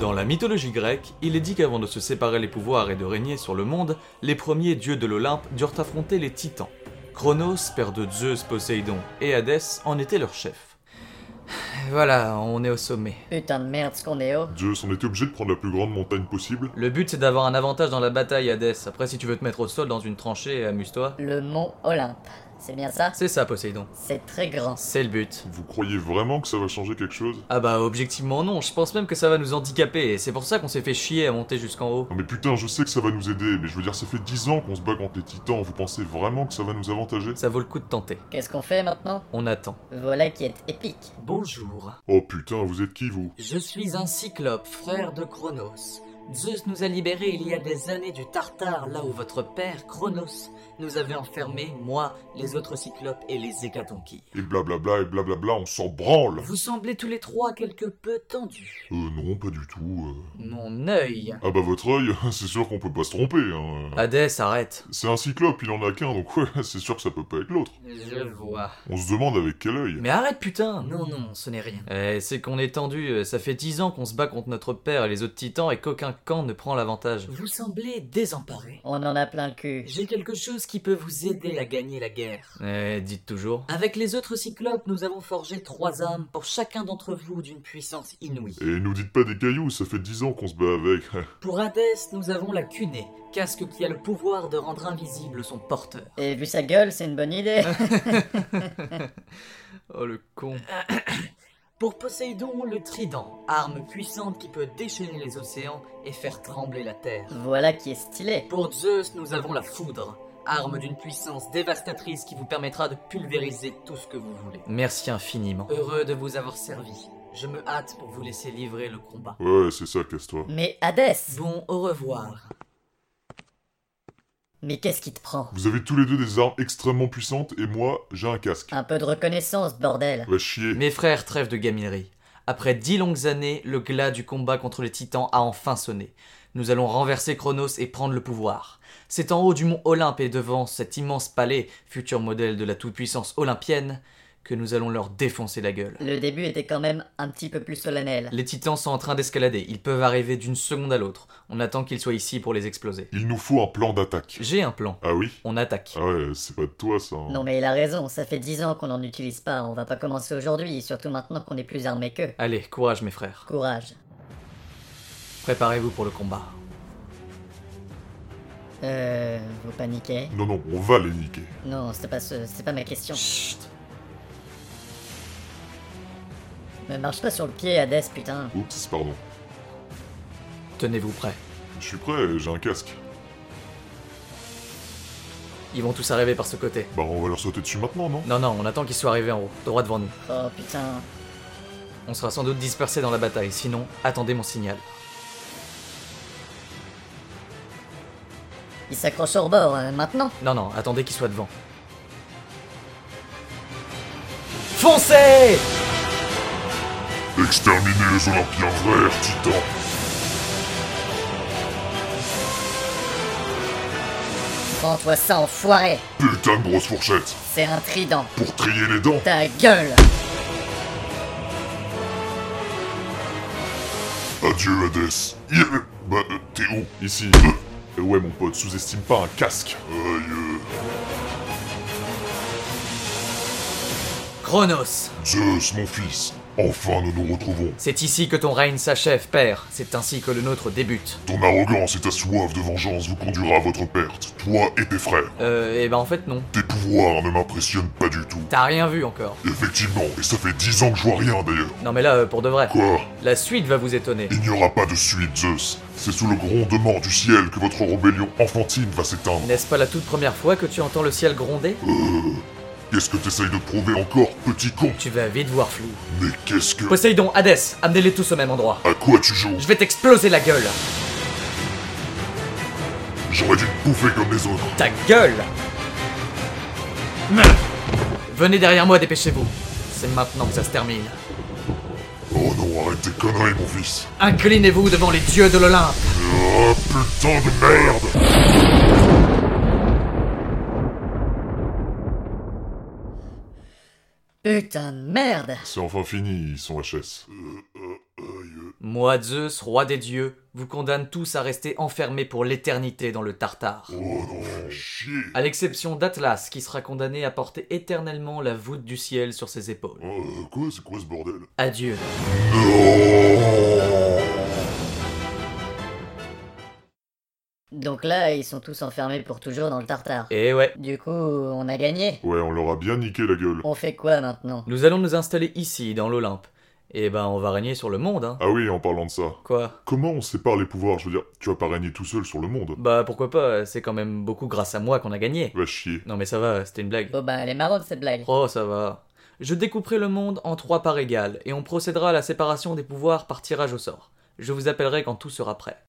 Dans la mythologie grecque, il est dit qu'avant de se séparer les pouvoirs et de régner sur le monde, les premiers dieux de l'Olympe durent affronter les titans. Chronos, père de Zeus, Poséidon et Hadès, en était leur chef. Voilà, on est au sommet. Putain de merde, ce qu'on est haut. Zeus, on était obligé de prendre la plus grande montagne possible Le but c'est d'avoir un avantage dans la bataille, Hadès. Après, si tu veux te mettre au sol dans une tranchée, amuse-toi. Le mont Olympe. C'est bien ça C'est ça, Poséidon. C'est très grand. C'est le but. Vous croyez vraiment que ça va changer quelque chose Ah bah, objectivement non, je pense même que ça va nous handicaper, et c'est pour ça qu'on s'est fait chier à monter jusqu'en haut. Non mais putain, je sais que ça va nous aider, mais je veux dire, ça fait 10 ans qu'on se bat contre les titans, vous pensez vraiment que ça va nous avantager Ça vaut le coup de tenter. Qu'est-ce qu'on fait maintenant On attend. Voilà qui est épique. Bonjour, Oh putain, vous êtes qui vous je suis un cyclope, frère de Chronos. Zeus nous a libérés il y a des années du Tartare, là où votre père, Chronos, nous avait enfermés, moi, les autres cyclopes et les hécatonquilles. Et blablabla et blablabla, on s'en branle Vous semblez tous les trois quelque peu tendus. Euh non, pas du tout. euh. Mon œil Ah bah votre œil, c'est sûr qu'on peut pas se tromper, hein. Hadès, arrête. C'est un cyclope, il en a qu'un, donc ouais, c'est sûr que ça peut pas être l'autre. Je vois. On se demande avec quel œil. Mais arrête, putain Non, non, ce n'est rien. Eh, c'est qu'on est tendu, euh, ça fait 10 ans qu'on se bat contre notre père et les autres titans et qu'aucun camp ne prend l'avantage. Vous semblez désemparés. On en a plein le cul. J'ai quelque chose qui peut vous aider à gagner la guerre. Eh, dites toujours. Avec les autres cyclopes, nous avons forgé trois âmes pour chacun d'entre vous d'une puissance inouïe. Et nous dites pas des cailloux, ça fait 10 ans qu'on se bat avec. Pour Hadès, nous avons la cunée, casque qui a le pouvoir de rendre invisible son porteur. Et vu sa gueule, c'est une bonne idée. Oh le con. Pour Poséidon, le trident, arme puissante qui peut déchaîner les océans et faire trembler la terre. voilà qui est stylé. Pour Zeus, nous avons la foudre, arme d'une puissance dévastatrice qui vous permettra de pulvériser tout ce que vous voulez. Merci infiniment. Heureux de vous avoir servi. Je me hâte pour vous laisser livrer le combat. Ouais, c'est ça, casse-toi. Mais Hadès Bon, au revoir. Mais qu'est-ce qui te prend Vous avez tous les deux des armes extrêmement puissantes et moi, j'ai un casque. Un peu de reconnaissance, bordel. Va chier. Mes frères, trêve de gaminerie. Après dix longues années, le glas du combat contre les titans a enfin sonné. Nous allons renverser Chronos et prendre le pouvoir. C'est en haut du mont Olympe et devant cet immense palais, futur modèle de la toute-puissance olympienne, que nous allons leur défoncer la gueule. Le début était quand même un petit peu plus solennel. Les titans sont en train d'escalader, ils peuvent arriver d'une seconde à l'autre. On attend qu'ils soient ici pour les exploser. Il nous faut un plan d'attaque. J'ai un plan. Ah oui On attaque. Ah ouais, c'est pas de toi ça. hein. Non mais il a raison, ça fait dix ans qu'on n'en utilise pas, on va pas commencer aujourd'hui, surtout maintenant qu'on est plus armé qu'eux. Allez, courage mes frères. Courage. Préparez-vous pour le combat. Euh... Vous paniquez Non, non, on va les niquer. Non, c'est pas ce... c'est pas ma question. Chut Me marche pas sur le pied, Hadès, putain. Oups, pardon. Tenez-vous prêts. Je suis prêt, j'ai un casque. Ils vont tous arriver par ce côté. Bah on va leur sauter dessus maintenant, non Non, non, on attend qu'ils soient arrivés en haut, droit devant nous. Oh putain. On sera sans doute dispersés dans la bataille, sinon, attendez mon signal. Il s'accroche au bord, euh, maintenant Non, non, attendez qu'ils soient devant. Foncez Exterminez les Olympiens verts, titans Prends-toi ça, enfoiré Putain de grosse fourchette C'est un trident. Pour trier les dents Ta gueule Adieu, Hades Yeah. Bah, euh, t'es où Ici. Euh, ouais, mon pote, sous-estime pas un casque Aïe, euh. Chronos euh, Zeus, mon fils Enfin, nous nous retrouvons C'est ici que ton règne s'achève, père. C'est ainsi que le nôtre débute. Ton arrogance et ta soif de vengeance vous conduira à votre perte, toi et tes frères. Euh, eh ben en fait, non. Tes pouvoirs ne m'impressionnent pas du tout. T'as rien vu encore. Effectivement, et ça fait dix ans que je vois rien d'ailleurs. Non mais là, euh, pour de vrai. Quoi La suite va vous étonner. Il n'y aura pas de suite, Zeus. C'est sous le grondement du ciel que votre rébellion enfantine va s'éteindre. Euh, N'est-ce pas la toute première fois que tu entends le ciel gronder Qu'est-ce que t'essayes de prouver encore, petit con Tu vas vite voir flou. Mais qu'est-ce que... Poséidon, Hadès, amenez-les tous au même endroit. À quoi tu joues Je vais t'exploser la gueule. J'aurais dû te bouffer comme les autres. Ta gueule Venez derrière moi, dépêchez-vous. C'est maintenant que ça se termine. Oh non, arrête tes conneries, mon fils. Inclinez-vous devant les dieux de l'Olympe. Oh, putain de merde Putain de merde Euh, C'est enfin fini, ils sont HS. Moi, Zeus, roi des dieux, vous condamne tous à rester enfermés pour l'éternité dans le Tartare. Oh non, fais chier À l'exception d'Atlas, qui sera condamné à porter éternellement la voûte du ciel sur ses épaules. Euh, quoi, c'est quoi ce bordel Adieu. Oh. Donc là, ils sont tous enfermés pour toujours dans le tartare. Et Eh ouais. Du coup, on a gagné. Ouais, on leur a bien niqué la gueule. On fait quoi maintenant Nous allons nous installer ici, dans l'Olympe. Et ben, on va régner sur le monde, hein. Ah oui, en parlant de ça. Quoi Comment on sépare les pouvoirs Je veux dire, tu vas pas régner tout seul sur le monde. Bah, pourquoi pas, c'est quand même beaucoup grâce à moi qu'on a gagné. Va chier. Non, mais ça va, c'était une blague. Bon bah, elle est marrante cette blague. Oh, ça va. Je découperai le monde en trois parts égales, et on procédera à la séparation des pouvoirs par tirage au sort. Je vous appellerai quand tout sera prêt.